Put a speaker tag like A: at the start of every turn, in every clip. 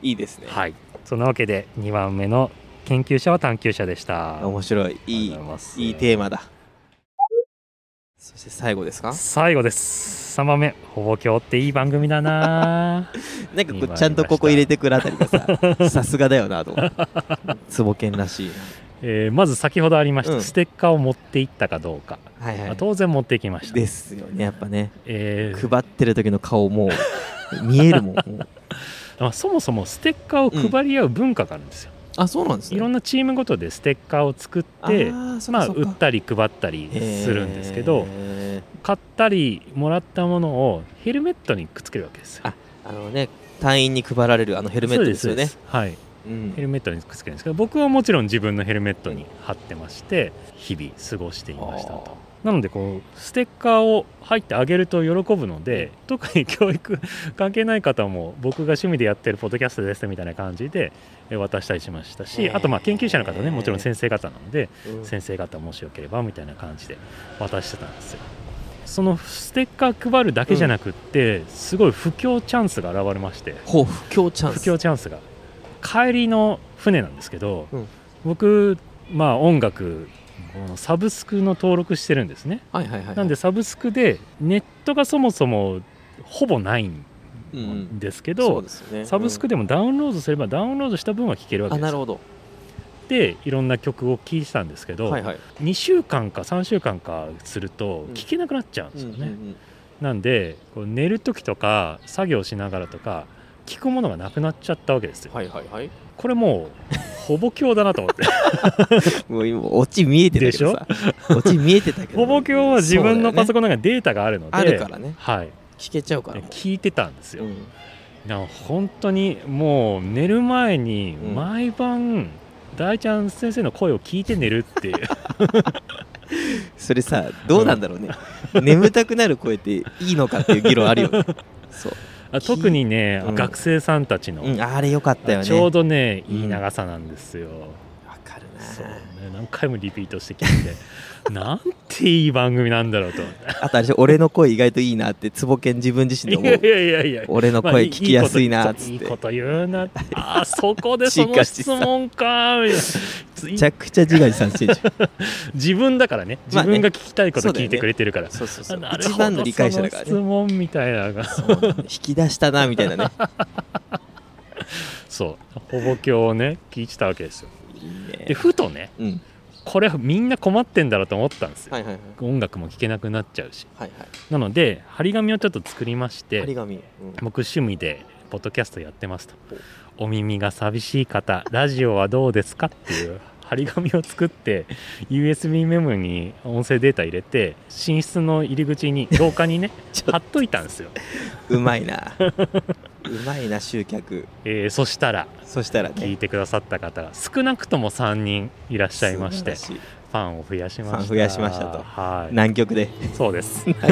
A: いいですね。
B: はいそんなわけで2番目の研究者は探究者でした
A: 面白い。いい、いいテー
B: マ
A: マだ。そして最後ですか
B: 最後です3番目ほぼ教っていい番組だな
A: なんかこ
B: 今
A: うちゃんとここ入れてくるあたりがさ、さすがだよな と思って。つぼけんらしい
B: えーまず先ほどありました、
A: うん
B: ステッカーを持っていったかどうか、
A: な。はいは
B: あ
A: い。
B: 当然持っていきました
A: ですよね、やっぱね。
B: えー
A: 配ってる時の顔もう見えるもん。もう
B: まあそもそもステッカーを配り合う文化があるんですよ、
A: あ、そうなんですね。
B: いろんなチームごとでステッカーを作って
A: あーそっ
B: ま
A: か
B: あ
A: そっ
B: 売
A: か
B: ったり配ったりするんですけど
A: へー
B: 買ったりもらったものをヘルメットにくっつけるわけですよ
A: ああのね隊員に配られるあのヘルメットですよね
B: そうですはい
A: うん
B: ヘルメットにくっつけるんですけど僕はもちろん自分のヘルメットに貼ってまして日々過ごしていましたとなのでこうステッカーを入ってあげると喜ぶので特に教育関係ない方も僕が趣味でやってるポッドキャストですみたいな感じでえ渡したりしましたし
A: へー
B: あとまあ研究者の方ねもちろん先生方なので
A: うん
B: 先生方もしよければみたいな感じで渡してたんですよそのステッカー配るだけじゃなくってすごい布教チャンスが現れまして
A: ほう不況チャン
B: 不
A: ス
B: 況チャンスが帰りの船なんですけど、
A: うん
B: 僕まあ音楽このサブスクの登録してるんですね、
A: はいはいはい
B: なんでサブスクでネットがそもそもほぼないん
A: うんうん
B: ですけ
A: そ
B: ど、
A: うですね
B: サブスクでもダウンロードすればダウンロードした分は聴ける
A: う
B: わ
A: ん
B: け
A: あ
B: で
A: な
B: す
A: る
B: よ
A: ほど
B: でいろんな曲を聴いてたんですけど、
A: はいはい
B: 2週間か3週間かすると聴けなくなっちゃうんですよね、
A: うん
B: なんでこう寝る時とか作業しながらとか聞くものがなくなっちゃったわけですよ
A: はいはいはい
B: これもうほぼ教だなと思って
A: もう今オチ見えてたけどさオチ見えてたけど
B: ほぼ教は自分のパソ
A: コン
B: コンの中にデータがあるので、
A: あるからね
B: はい、
A: 聞けちゃうから
B: で
A: も
B: 聞いてたんです
A: う
B: よ、
A: ん
B: な本当にもう寝る前に
A: うん
B: 毎晩大ちゃん先生の声を聞いて寝る っていう
A: それさどうなんだろうね眠たくなる声っていいのかっていう議論あるよねそう
B: あ特にね、
A: うん
B: 学生さんたちの、
A: うんあれよかったよね
B: ちょうどね
A: うん
B: いい長さなんですよ、
A: わかるな
B: そうね何回もリピートして聞 いてなんていい番組なんだろうと思っ
A: あとあれでしょ俺の声意外といいなってツボケン自分自身
B: て
A: で
B: い
A: 思
B: や
A: う
B: いやいやいや
A: 俺の
B: まあ
A: 声聞きやすいなっつ
B: い
A: っ
B: い
A: て
B: こと言うなあーそこ で
A: 自
B: そ
A: 画
B: の
A: 自
B: 質
A: 賛
B: 問かみたいな
A: め
B: つ
A: ちゃくちゃ自画自賛してんじ ゃん
B: 自分だからね
A: まあ
B: 自
A: ね
B: 分が聞きたいこと
A: そうだよね
B: 聞いてくれてるから、
A: そうそうそう
B: あなるほ
A: 一
B: ど
A: 番の理解者だから
B: その
A: ね
B: 質問みたいなのが
A: そうなんだ引き出したなみたいなね
B: そうほぼ教をね聞いてたわけですよ
A: いい
B: で
A: ね
B: ふとね
A: うん
B: これみんな困ってんだろうと思ったんですよ、
A: はいはいはい
B: 音楽も聴けなくなっちゃうし
A: はいは
B: なので張り紙をちょっと作りまし
A: い
B: て
A: 張り紙うん
B: 僕趣味でポッドキャストやってますとお耳が寂しい方ラジオはどうですかっていう張り紙を作って USB メモに音声データ入れて寝室の入り口に廊下にね
A: ちょ
B: 貼っといたんですよ、
A: うまいな うまいな集客
B: えーそしたら
A: そしたら
B: 聞
A: ね
B: いてくださった方が少なくとも3人いらっしゃいましてフ
A: 素晴らし
B: ァンを増やしました
A: ファン増やしましたと
B: はい
A: い南極で
B: そうです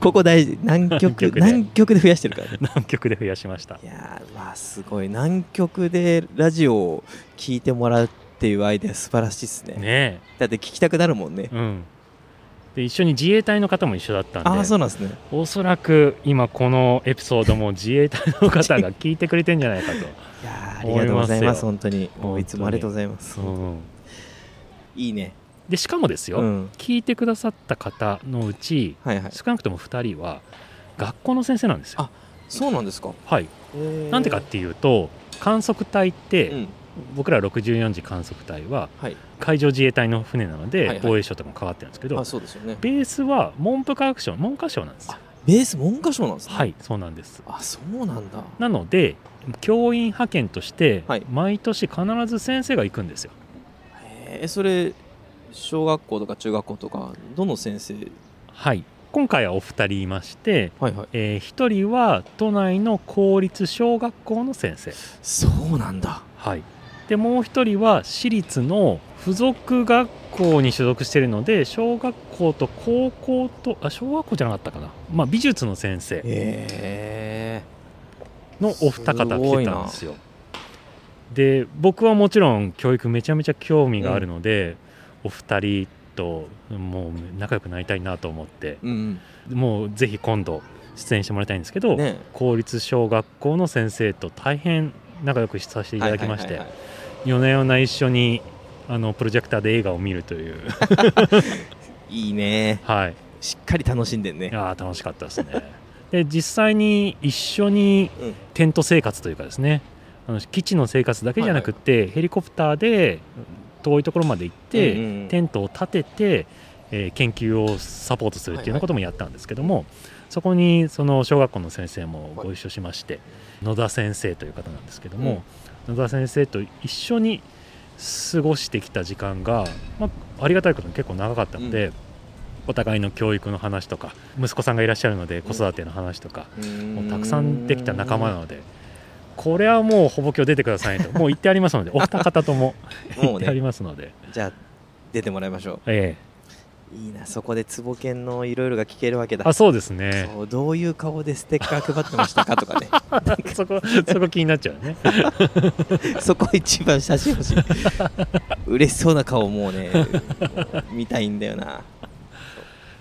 A: ここ 大事南極
B: 南極で
A: 南極で増やしてる からね
B: 南極で増やしました
A: いやーまあすごい南極でラジオを聞いてもらうっていうアイデア素晴らしいですね
B: ね
A: だって聞きたくなるもんね
B: えうんで一緒に自衛隊の方も一緒だったんで
A: ああそうなんですね
B: おそらく今このエピソードも自衛隊の方が聞いてくれてんじゃないか
A: いやーありがとうございます
B: 思
A: 本当にもういつもあり
B: 本当に
A: がとうございます
B: と、うん、
A: いいね
B: でしかもですよ、
A: うん
B: 聞いてくださった方のうち
A: はいはい
B: 少なくとも2人は学校の先生なんですよ
A: あそうなんですか
B: はいなんでかっていうと観測隊っ
A: う
B: て、
A: ん
B: 僕ら64次観測隊は
A: はい
B: 海上自衛隊の船なので、
A: はいはい
B: 防衛省とかも変わってるんですけど、
A: あそうですよね
B: ベースは文部科学省文科省なんですよ
A: ベース文科省なんですね
B: はいそうなんです
A: あそうなんだ
B: なので教員派遣として
A: はい
B: 毎年必ず先生が行くんですよ、
A: へえそれ小学校とか中学校とかどの先生
B: はい、今回はお二人いまして、
A: はいはい
B: え1人は都内の公立小学校の先生、
A: そうなんだ
B: はい、でもう1人は私立の付属学校に所属しているので小学校と高校とあ小学校じゃなかったかな、まあ、美術の先生
A: へえ
B: のお二方来てたんですよで僕はもちろん教育めちゃめちゃ興味があるので、お二人ともう仲良くなりたいなと思って
A: うん
B: もうぜひ今度出演してもらいたいんですけど、
A: ね
B: 公立小学校の先生と大変仲良くさせていただきまし
A: は
B: て
A: いはいはいはい
B: 夜な夜な一緒にあのプロジェクターで映画を見る という
A: いいね
B: はい
A: しっかり楽しんでん
B: い
A: ね
B: やー楽しかったですねで実際に一緒に
A: うん
B: テント生活というかですねあの基地の生活だけじゃなくて、ヘリコプターで遠いところまで行って、
A: うんうんうん
B: テントを立てて、えー研究をサポートするっていうようなこともやったんですけども、そこにその小学校の先生もご一緒しまして、野田先生という方なんですけども、野田先生と一緒に過ごしてきた時間が、まあ、ありがたいことに結構長かったので、お互いの教育の話とか息子さんがいらっしゃるので子育ての話とか、もうたくさんできた仲間なので。これはもうほぼ今日出てくださいねともう言ってあります のでお二方とも
A: も
B: 言
A: う
B: ってあり
A: ね
B: ますので、
A: じゃあ出てもらいましょ
B: え
A: ういいなそこでツボ犬のいろいろが聞けるわけ
B: え
A: だ
B: あそうですね
A: そうどういう顔でステッカー配ってましたかとかね
B: そこそこ気になっちゃうね。
A: そこ一番写真欲しい嬉しそうな顔もうね見たいんだよな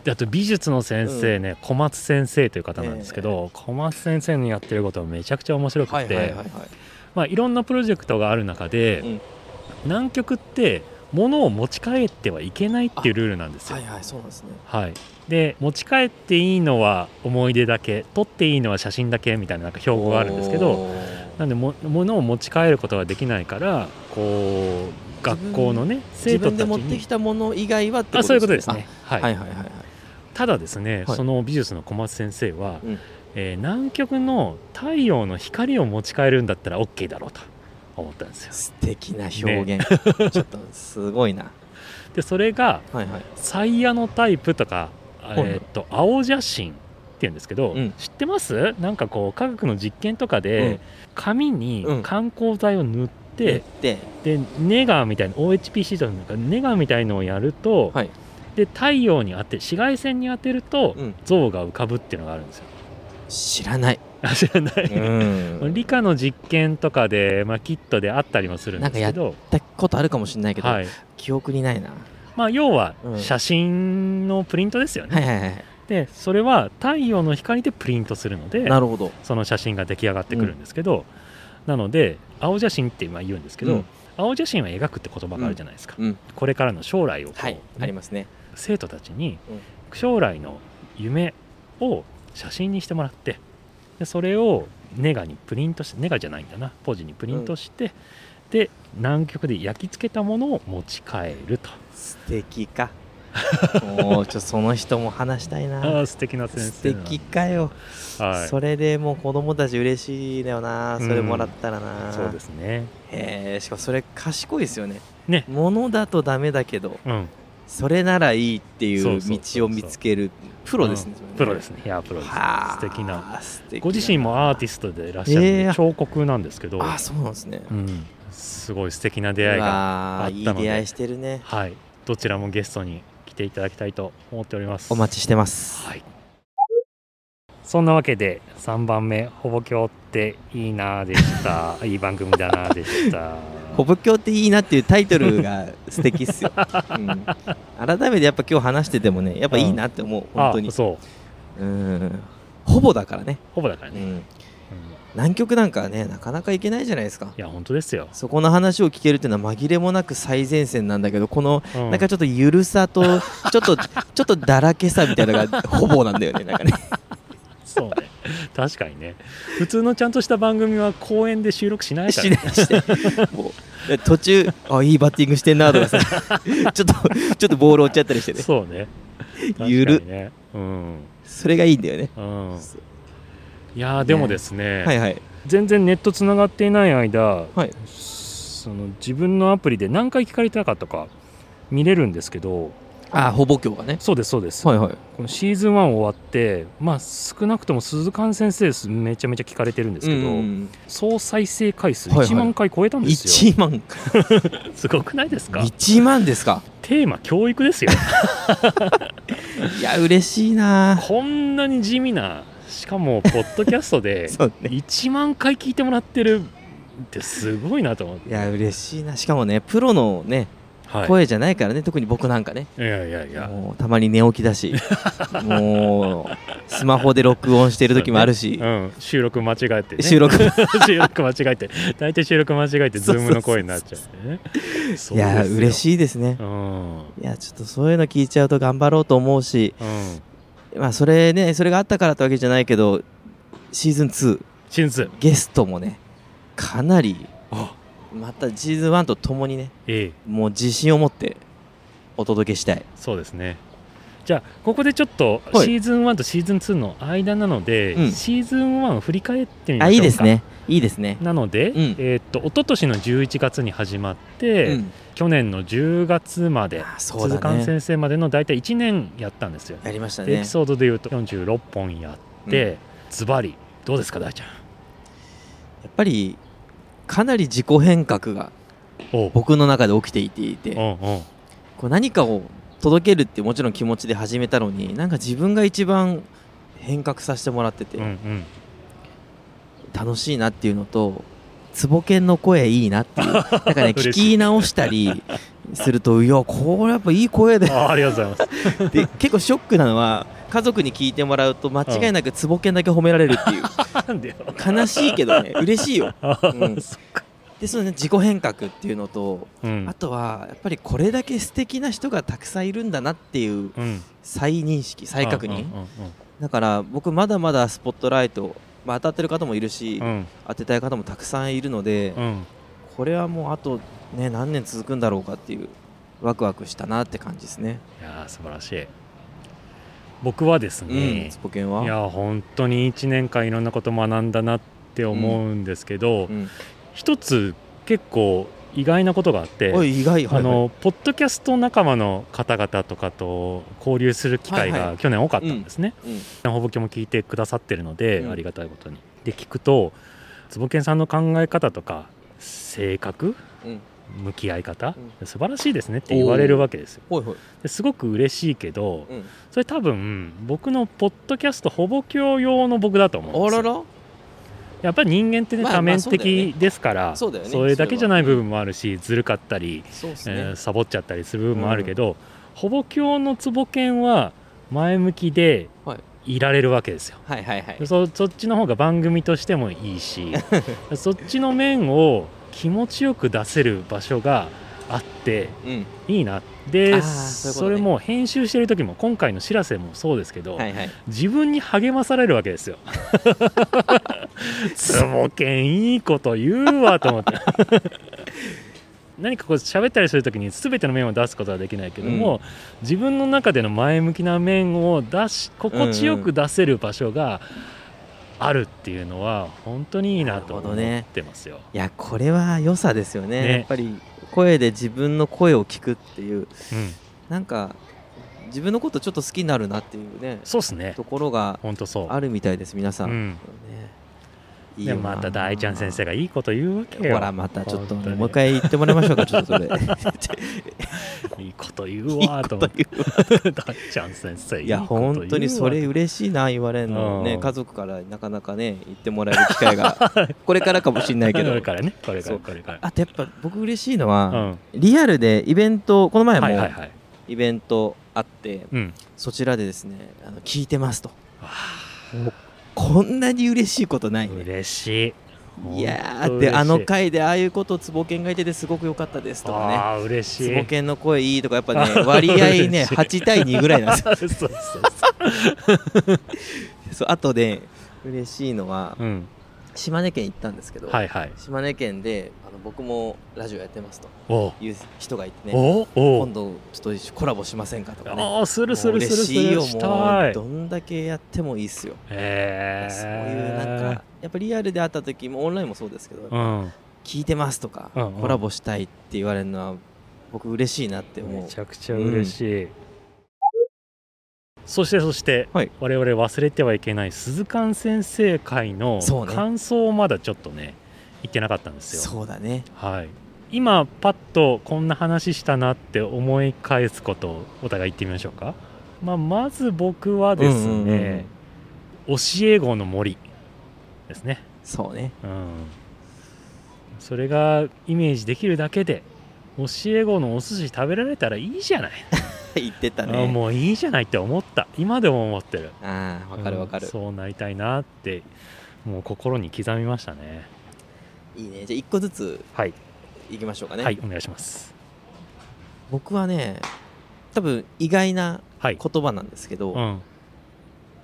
B: であと美術の先生ね、小松先生という方なんですけど、小松先生のやってることはめちゃくちゃ面白くて、
A: はいいはいはいはい
B: まあ、いろんなプロジェクトがある中で、
A: うん
B: 南極って物を持ち帰ってはいけないっていうルールなんですよ。
A: はいはいそうなんですね
B: はい、で持ち帰っていいのは思い出だけ撮っていいのは写真だけみたいななんか標語があるんですけど
A: おー
B: なんでも物を持ち帰ることができないからこう学校のね生
A: 自分
B: 徒たち
A: で持って
B: に
A: きたもの以外はって
B: あそういうことですね。
A: あ
B: は
A: はいいはいはいはい
B: ただですね、
A: はい
B: その美術の小松先生は、
A: うん
B: えー南極の太陽の光を持ち帰るんだったら OK だろうと思ったんですよ
A: 素敵な表現、ちょっとすごいな
B: でそれが
A: はいはい
B: サイヤのタイプとか、
A: い
B: えーっと青写真っていうんですけど、
A: うん
B: 知ってますなんかこう科学の実験とかで、
A: うん
B: 紙に
A: うん
B: 観光剤を塗って、
A: で
B: でネガーみたいな OHPC とかネガーみたいのをやると、
A: はい
B: で太陽に当て紫外線に当てると、
A: うん
B: 像が浮かぶっていうのがあるんですよ。
A: 知らない、
B: あ知らない、
A: うん、
B: 理科の実験とかで、まあ、キットであったりもするんですけど、
A: ったことあるかもしれないけど、
B: はい
A: 記憶にないな
B: まあ、要は
A: うん
B: 写真のプリントですよね、
A: はいはいはい
B: でそれは太陽の光でプリントするので
A: なるほど
B: その写真が出来上がってくるんですけど、なので青写真って今言うんですけど、
A: うん
B: 青写真は描くって言葉があるじゃないですか、
A: うん
B: これからの将来をこう
A: はい、ありますね
B: 生徒たちに
A: うん
B: 将来の夢を写真にしてもらってでそれをネガにプリントしてネガじゃないんだなポジにプリントして、で南極で焼き付けたものを持ち帰ると
A: 素敵か もうちょっとその人も話したい
B: あ
A: な
B: あ素敵な先
A: 素
B: 生な
A: 敵かよ、
B: はい、そ
A: それでもう子供たち嬉しいだよなそれもらったらな、
B: うですね
A: へえしかもそれ賢いですよね
B: ね
A: 物だとダメだけど
B: うん
A: それならいいってい
B: そう
A: う
B: そうそうそ
A: 道
B: う
A: を見つけるプロですね、
B: うんプロですねいやプロです
A: はあ
B: 素敵な
A: 素敵な
B: ご自身もアーティストでいらっしゃるんで
A: えー
B: 彫刻なんですけど、
A: あそうなんですね
B: うん、すごい素敵な出会いが
A: が
B: あった
A: いい
B: ので
A: 出会いしてるね
B: はい、どちらもゲストに来ていただきたいと思っております。
A: お待ちしてます
B: はい。そんなわけで3番目「ほぼきょうっていいな」でした 「いい番組だな」で した
A: 「ほぶきょうっていいな」っていうタイトルが素敵っす よ、うん改めてやっぱ今日話しててもねやっぱいいなって思う、本当に
B: あそう
A: うんほぼだからね、
B: ほぼだから
A: う
B: ね、
A: ん、
B: うんい
A: 南極なんかはねなかなか行けないじゃないですか
B: や本当ですよ、
A: そこの話を聞けるっていうのは紛れもなく最前線なんだけどこの
B: うん
A: なんかちょっとゆるさ とちょっとちょっとだらけさみたいなのがほぼなんだよねなんかね
B: そうね 確かにね普通のちゃんとした番組は公演で収録しないか
A: し
B: ら、ね、
A: ないしてもう途中あいいバッティングしてんなとか さちょっとちょっとボール落ちちゃったりしてね
B: そう ね
A: ゆる
B: 確かにねうん、
A: それがいいんだよね
B: うん、いやーでもですね
A: はいはい
B: 全然ネットつながっていない間、
A: はい
B: その自分のアプリで何回聞かれたかとか見れるんですけど
A: あほぼ今日がね
B: そうですそうです、
A: はいはい
B: このシーズン1終わってまあ少なくとも鈴鹿先生すめちゃめちゃ聞かれてるんですけど、
A: うん
B: 総再生回数
A: はいはい
B: 1万回超えたんですよ、
A: 1万
B: すごくないですか
A: 1万ですか
B: テーマ教育ですよ
A: いや嬉しい な
B: こんなに地味なしかもポッドキャスト で
A: そうね
B: 1万回聞いてもらってるってすごいなと思って
A: いや嬉しいなしかもねプロのね
B: はい、
A: 声じゃないからね特に僕なんかね
B: いやいやいや
A: もうたまに寝起きだ しもうスマホで録音してる時もあるし、
B: うん、収録間違えて、ね、
A: 収録
B: 収録間違えて大体収録間違えてズームの声になっちゃってね
A: いや嬉
B: い
A: しいですね
B: うん、うん、
A: いやちょっとそういうの聞いちゃうと頑張ろうと思うしまあそれねそれがあったからってわけじゃないけどシーズン2
B: シンズ
A: ゲストもねかなり
B: あ
A: またシーズン1とともにね
B: ええ
A: もう自信を持ってお届けしたい
B: そうですねじゃあここでちょっと
A: はい
B: シーズン1とシーズン2の間なので、
A: うん
B: シーズン1を振り返ってみまし
A: あ
B: ょうか
A: いいですねいいですね
B: なので、
A: ん
B: えーっと一昨年の11月に始まって、
A: うん
B: 去年の10月まで
A: あそう
B: 鈴
A: だ
B: 鹿
A: ね
B: 先生までの大体1年やったんですよ、
A: やりました
B: でエ
A: ね
B: ピソードでいうと46本やって、ズバリどうですか大ちゃん
A: やっぱりかなり自己変革が
B: おう
A: 僕の中で起きていていて
B: おうおう
A: こう何かを届けるってもちろん気持ちで始めたのになんか自分が一番変革させてもらってて
B: うんうん
A: 楽しいなっていうのとツボケンの声いいなっていう なんかね
B: 嬉しい
A: 聞き直したりするといやこれやっぱいい声だよ
B: あありがとうございます
A: で結構ショックなのは家族に聞いてもらうと間違いなくツボケンだけ褒められるっていう
B: な んでよ
A: 悲しいけどね嬉しい よ
B: あー、
A: うん
B: そっか
A: でその、ね、自己変革っていうのと
B: うん
A: あとはやっぱりこれだけ素敵な人がたくさんいるんだなっていう
B: うん
A: 再認識再確認、
B: うん
A: だから僕まだまだスポットライト、まあ、当たってる方もいるし、
B: うんうん
A: 当てたい方もたくさんいるので、
B: うんうん
A: これはもうあと、ね、何年続くんだろうかっていうワクワクしたなって感じですね。
B: いやー素晴らしい僕はです
A: うん、
B: ね
A: ス、ポケン
B: い
A: は、
B: やー本当に1年間いろんなこと学んだなって思うんですけど、
A: うん、
B: 一つ結構意外なことがあって
A: おい意外、
B: あ
A: はいはい
B: のポッドキャスト仲間の方々とかと交流する機会
A: はいは
B: が
A: い
B: 去年多かったんですね。
A: うん
B: ほぼきも聞いてくださってるので、
A: うん
B: ありがたいことに。で聞くと坪健さんの考え方とか性格
A: うん、
B: 向き合い方、
A: う
B: 素晴らしいですねって言われるわけですよ。
A: ほいほい、
B: ですごく嬉しいけど
A: うん、
B: それ多分僕のポッドキャストほぼ教用の僕だと思うん
A: あ
B: です
A: ら
B: よ
A: ら、
B: やっぱり人間ってね
A: まあ
B: 多面
A: まあそうだよ
B: 的ですから、
A: そうだよね
B: れだけじゃない部分もあるしずるかったり、
A: そうです
B: え
A: ね、
B: ーサボっちゃったりする部分もあるけど、ほぼ教のツボ犬は前向きで
A: はい
B: られるわけですよ。
A: はいはいはい、
B: そそっちの方が番組としてもい いしそっちの面を気持ちよく出せる場所があって
A: うん、
B: いいなで
A: あー
B: そ
A: そういうことね
B: れも編集してる時も今回の「しらせ」もそうですけど、
A: はいはい、
B: 自分に励まされるわけですよ。 つぼけんいいこと言うわと思って。 何かこう喋ったりするときに全ての面を出すことはできないけども、自分の中での前向きな面を出し心地よく出せる場所があるっていうのは本当にいいなと
A: なる
B: 思
A: ほどね
B: ってますよ。
A: いや、これは良さですよね、
B: ね
A: やっぱり声で自分の声を聞くっていう、
B: うん、
A: なんか自分のことちょっと好きになるなっていうね、
B: そうですね
A: ところが
B: 本当そ
A: あるみたいです皆さ、
B: う。うん
A: ね
B: ん、
A: いい
B: で
A: よな
B: また大ちゃん先生がいいこと言うわけよ。
A: ほらまたちょっと
B: 本当に
A: もう一回言ってもらいましょうかちょっ とそれ
B: いいこと言うわと思って。大ちゃん先生
A: いや本当にそれ
B: う
A: 嬉しいな言われるの
B: う
A: ね
B: ん
A: 家族からなかなかね言ってもらえる機会 がこれからかもしれないけ
B: こ
A: ど
B: れからねこれ
A: そ
B: から
A: う
B: これから
A: あとやっぱ僕嬉しいの
B: う
A: は、
B: ん
A: リアルでイベントこの前
B: はいは
A: も
B: いはい
A: イベントあって、
B: うん
A: そちらでですねあの聞いてますと
B: わ
A: こんなに嬉しいことない
B: あ
A: ね
B: 嬉しい
A: いや
B: 本当
A: ー
B: 嬉し
A: で
B: い
A: あの回でああいうことをつぼけんがいててすごく良かったですとかね
B: ああ嬉し
A: ツ
B: い
A: ボケンの声いいとかやっぱ
B: あ
A: ね割合ね
B: 嬉しい
A: 8対2ぐらい なんです
B: そうそうそ
A: よそうあとで嬉しいのは
B: ううん
A: 島根県行ったんですけど、
B: はいはい
A: 島根県であの僕もラジオやってますと
B: おう
A: いう人がいてね
B: おうお
A: 今
B: う
A: 度ちょっとコラボしませんかとかね
B: ああするす
A: もう
B: るす
A: 嬉
B: るす
A: しい
B: る
A: よ
B: した
A: もう
B: い
A: どんだけやってもいいっすよ、
B: へえ
A: そういうなんかやっぱリアルで会った時もオンラインもそうですけど、
B: うん
A: 聞いてますとか、
B: うんうん
A: コラボしたいって言われるのは僕嬉しいなって思
B: め
A: う
B: ちゃくちゃ嬉しい、そしてそして、
A: はい
B: 我々忘れてはいけない鈴鹿先生会の
A: そうね
B: 感想をまだちょっとね言ってなかったんですよ、
A: そうだね
B: はい、今パッとこんな話したなって思い返すことをお互い言ってみましょうか、まあ、まず僕はです
A: う
B: ね、
A: んうんうん
B: 教え子の森ですね
A: そうね
B: うんそれがイメージできるだけで教え子のお寿司食べられたらいいじゃない、
A: 言ってた
B: あ
A: ね
B: もういいじゃないって思った今でも思ってる
A: ああわかるわかる、
B: うんそうなりたいなってもう心に刻みましたね
A: いいねじゃあ一個ずつ
B: はい、
A: いきましょうかね、
B: はいお願いします
A: 僕はね多分意外な
B: はい、
A: 言葉なんですけど、
B: うん、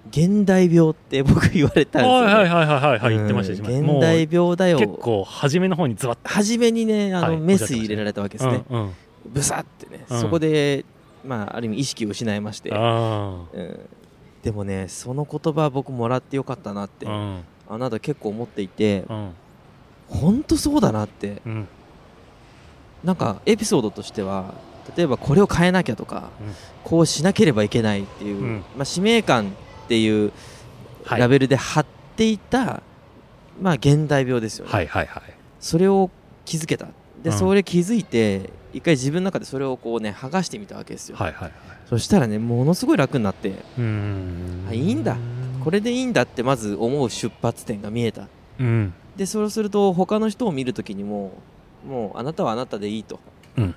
A: 現代病って僕言われたんですよ、ね
B: はいはいはいはいはいはい言ってました
A: うん
B: 言ってました
A: 現代病だ
B: もう
A: よ
B: 結構初めの方にズバッと
A: 初めにねあの、
B: はい
A: メス入れられたわけですね、
B: うんうん
A: ブサってね、
B: うん
A: そこでまあある意味意識を失いまして、
B: あ
A: うん、でもねその言葉僕もらってよかったなって、
B: ーうん
A: あなた結構思っていて
B: うん
A: ほんとそうだなって
B: うん
A: なんかエピソードとしては例えばこれを変えなきゃとか、
B: うん
A: こうしなければいけないっていう、
B: うん
A: まあ、使命感っていう
B: はい
A: ラベルで貼っていた、まあ現代病ですよね、
B: はいはいはい
A: それを気づけたで、
B: うん
A: それ気づいて一回自分の中でそれをこうね剥がしてみたわけですよ、
B: はいはいはい
A: そしたらねものすごい楽になって
B: うん
A: あいいんだこれでいいんだってまず思う出発点が見えた
B: うん
A: でそうすると他の人を見るときにももうあなたはあなたでいいと、
B: うん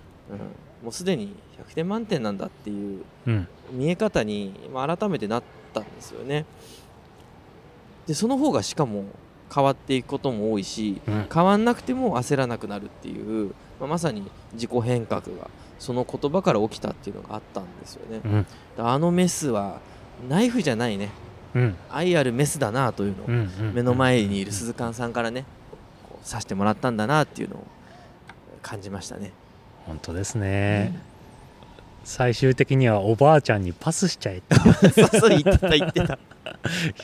A: もうすでに100点満点なんだっていう
B: うん
A: 見え方にまあ改めてなったんですよねでその方がしかも変わっていくことも多いし
B: うん
A: 変わんなくても焦らなくなるっていう、まあ、まさに自己変革がその言葉から起きたっていうのがあったんですよね
B: うん
A: であのメスはナイフじゃないね
B: うん
A: 愛あるメスだなというのを
B: うんうん
A: 目の前にいる鈴鹿さんからねこう刺してもらったんだなっていうのを感じましたね
B: 本当ですね、最終的にはおばあちゃんにパスしちゃえって
A: そうそう言ってた言ってた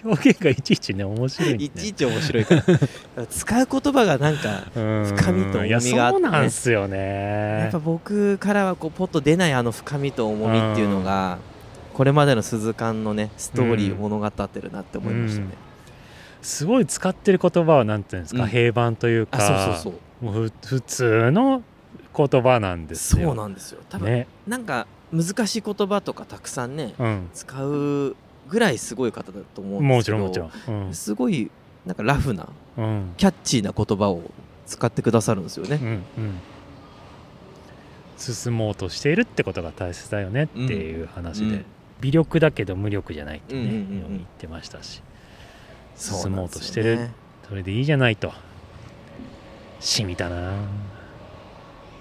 B: 表現がいちいちね面白いんで
A: い
B: ね
A: ちいち面白いからだから使う言葉がなんか
B: うん
A: 深みと重みがあってね
B: いやそうなんすよね
A: やっぱ僕からはこうポッと出ないあの深みと重みっていうのがこれまでの鈴鹿のねストーリーを物語ってるなって思いましたね、
B: すごい使ってる言葉はなんていうんですか、
A: うん
B: 平板というか
A: あそうそう
B: もうふ普通の言葉なんです
A: そう
B: よ
A: そうなんですよ多分、
B: ね、
A: なんか難しい言葉とかたくさんね
B: うん、
A: 使うぐらいすごい方だと思うんで
B: も
A: すけど
B: ちろんもちろん、うん
A: すごいなんかラフな
B: うん
A: キャッチーな言葉を使ってくださるんですよね
B: う。んうん、進もうとしているってことが大切だよねっていう話で、
A: うん
B: 微力だけど無力じゃないってね、
A: うんうんうんうん
B: 言ってましたし
A: そ
B: 進
A: な
B: も
A: ん
B: う
A: です
B: と
A: よ
B: してる
A: ね。
B: それでいいじゃないとしみたな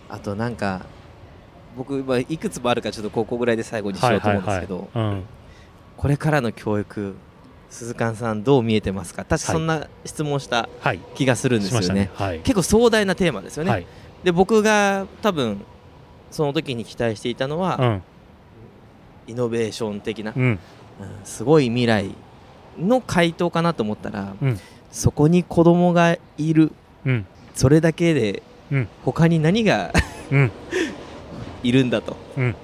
A: あとなんか僕まあいくつもあるからちょっとここぐらいで最後にしようと思うんですけど、
B: うん
A: これからの教育鈴鹿さんどう見えてますか確か
B: はい
A: そんな質問した
B: はい
A: 気がするんで
B: し
A: すよ
B: ま
A: ね。
B: したねはい
A: 結構壮大なテーマですよね。
B: はい
A: で僕が多分その時に期待していたのは、
B: うん
A: イノベーション的な、
B: うん
A: うんすごい未来の回答かなと思ったら、
B: うん
A: そこに子供がいる
B: うん
A: それだけで、
B: うん
A: 他に何が
B: うん
A: いるんだと、
B: うん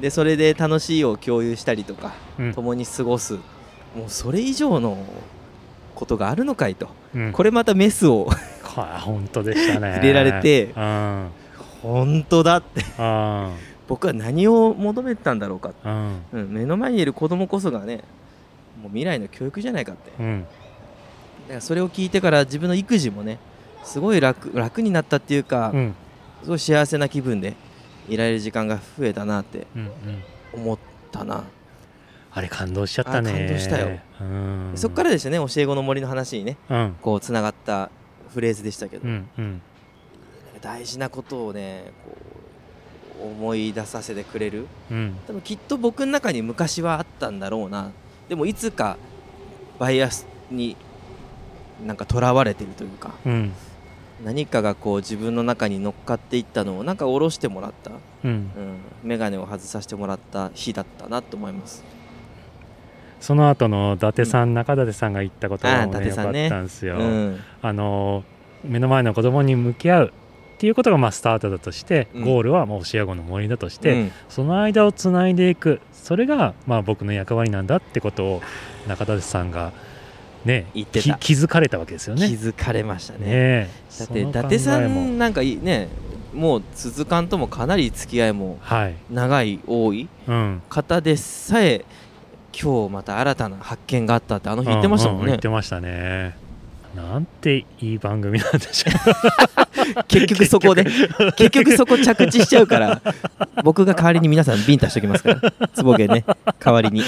A: でそれで楽しいを共有したりとか、
B: うん
A: 共に過ごすもうそれ以上のことがあるのかいと、
B: うん
A: これまたメス を
B: これ本当でしたね
A: 入れられて
B: うん
A: 本当だって
B: うん
A: 僕は何を求めてたんだろうか、
B: うん
A: うん、目の前にいる子供こそがねもう未来の教育じゃないかって、
B: うん
A: だからそれを聞いてから自分の育児もねすごい楽楽になったっていうか、
B: うん
A: すごい幸せな気分でいられる時間が増えたなって
B: うんうん
A: 思ったな、
B: あれ感動しちゃったね
A: あ感動したよ、
B: うん、
A: そっからでしたね教え子の森の話にね
B: うん
A: こうつながったフレーズでしたけど、
B: うんうん
A: 大事なことをねこう思い出させてくれる
B: うん
A: 多分きっと僕の中に昔はあったんだろうなでもいつかバイアスになんかとらわれてるというか
B: うん
A: 何かがこう自分の中に乗っかっていったのをなんか下ろしてもらった、
B: うん
A: うん、眼鏡を外させてもらった日だったなと思います
B: その後の伊達さん、中伊達さんが言ったこと
A: あー伊
B: が、ね
A: 達さんね
B: よかったんです
A: う
B: よ、
A: ん
B: あの目の前の子供に向き合うっていうことがまあスタートだとして、
A: うん
B: ゴールはもう教え子の森だとして、
A: うん
B: その間をつないでいくそれがまあ僕の役割なんだってことを中立さんがね
A: 言ってた
B: き気づかれたわけですよ
A: 気
B: ね。
A: づかれましたね
B: ね
A: だっ
B: そ
A: て
B: の
A: 伊
B: 考えも
A: 達さんなんかいいねもう鈴鹿ともかなり付き合いも
B: はい、
A: 長い多い
B: うん、
A: 方でさえ今日また新たな発見があったってあの日言ってましたもん
B: ううう言
A: ね
B: ってましたね。なんていい番組なんでしょ
A: 結局そこで結局そこ着地しちゃうから僕が代わりに皆さんビンタしときますからつぼげね代わりに
B: い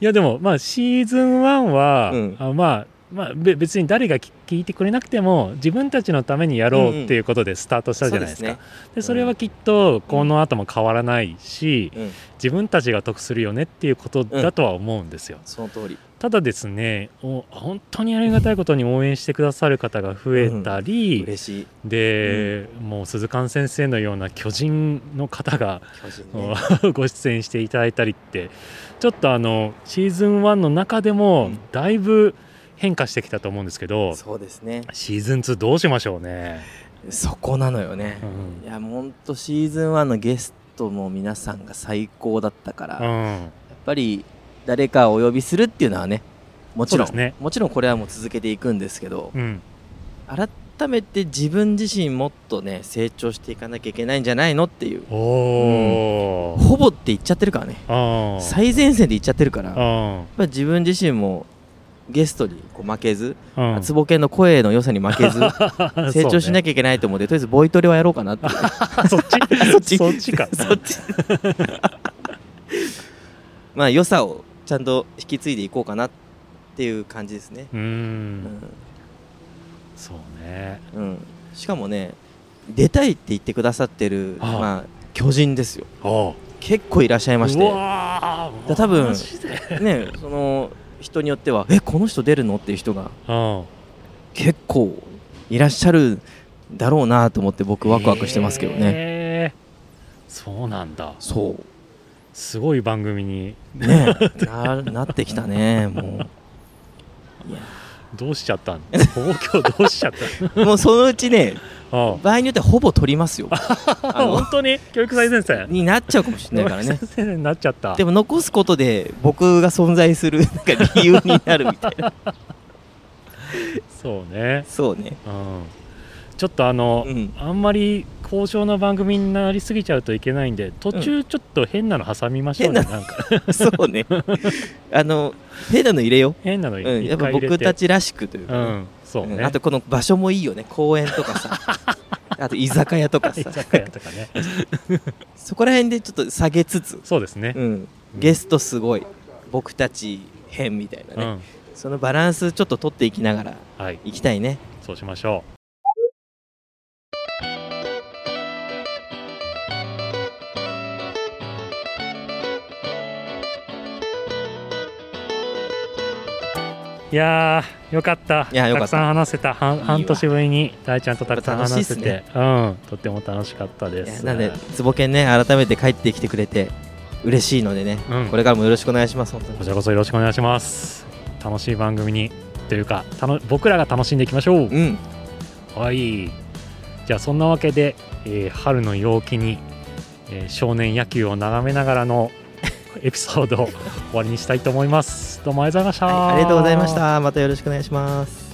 B: やでもまあシーズン1は、
A: うん
B: あまあまあべ別に誰が聞聞いてくれなくても自分たちのためにやろうっていうことでスタートしたじゃないですか、
A: そう
B: で
A: うん
B: それはきっとこの後も変わらないし、
A: うん
B: 自分たちが得するよねっていうことだとは思うんですよ、
A: その通り
B: ただですねお本当にありがたいことに応援してくださる方が増えたり、
A: 嬉しい
B: で、もう鈴鹿先生のような巨人の方が
A: 巨人ね
B: ご出演していただいたりってちょっとあのシーズン1の中でも
A: うん
B: だいぶ変化してきたと思うんですけど、
A: そうですね
B: シーズン2どうしましょうね、
A: そこなのよね
B: う、ん
A: いやもうほんとシーズン1のゲストも皆さんが最高だったから、
B: う
A: やっ
B: ん、
A: ぱり誰かをお呼びするっていうのはねもちろ
B: そ
A: ん、
B: うですね
A: もちろんこれはもう続けていくんですけど
B: うん
A: 改めて自分自身もっとね成長していかなきゃいけないんじゃないのっていう
B: おお、
A: ほぼって言っちゃってるからね
B: あー
A: 最前線で言っちゃってるからやっ
B: あ
A: ぱり自分自身もゲストにこう負けず、
B: ーうん
A: つぼけの声の良さに負 けず成長しな
B: き
A: きゃいけないと思うんで、とりあえずボイトレはやろうかなっていう
B: ゃそっ ち
A: そっち
B: そっちか
A: そっちまあ良さをちゃんと引き継いでいこうかなっていう感じですね、
B: う
A: うんん
B: そうね
A: うんしかもね出たいって言ってくださってる
B: ああ
A: まあ、巨人ですよ
B: おう
A: 結構いらっしゃいまし
B: う
A: て、
B: わー
A: だ多分
B: マジで
A: ね、その人によってはえこの人出るのっていう人が
B: うん
A: 結構いらっしゃるだろうなと思って僕ワクワクしてますけどね、
B: へーそうなんだ
A: そう
B: すごい番組に
A: ね ななってきたねもういや
B: どうしちゃったん東京どうしちゃっ たん
A: もうそのうちね
B: あ
A: 場合によってはほぼ取ります よ
B: あ
A: あ
B: 本当に教育最前線
A: になっちゃうかもしれないからね
B: 教育最前線になっちゃった
A: でも残すことで僕が存在するなんか理由になるみたい な
B: そうね
A: そうね
B: うんちょっとあの、
A: うん
B: あんまり高尚な番組になりすぎちゃうといけないんで途中ちょっと変なの挟みましょうね、なんか
A: そうねあの変なの入れよ
B: 変なの
A: う、
B: 一
A: うん、やっぱ
B: 回入れて
A: 僕たちらしくという
B: う
A: かね、
B: んそうね、
A: うんあとこの場所もいいよね公園とか さあと居酒屋とか
B: 居
A: さ
B: 酒屋とかね
A: そこら辺でちょっと下げつつ、
B: そうですね
A: うん、ゲストすごい僕たち編みたいな
B: う
A: ね、
B: ん
A: そのバランスちょっと取っていきながら
B: はい
A: いきたいね
B: そうしましょう。いやーよかった
A: いやよか
B: た
A: っ
B: く
A: た
B: さん話せた半
A: いいわ
B: 半年ぶりに大ちゃんとたくさん話せて、
A: やっ
B: うんとっても楽しかったで
A: いや
B: す
A: なんで、つぼけんね、改めて帰ってきてくれて嬉しいのでね、
B: うん
A: これからもよろしくお願いします、本
B: こ
A: 当に。
B: ちらこそよろしくお願いします楽しい番組にというかたの僕らが楽しんでいきましょう
A: うん、
B: はい。じゃあそんなわけで、えー春の陽気に、えー少年野球を眺めながらのエピソードを終わりにしたいと思います。どうもありがとうございました。
A: はい、ありがとうございました。またよろしくお願いします。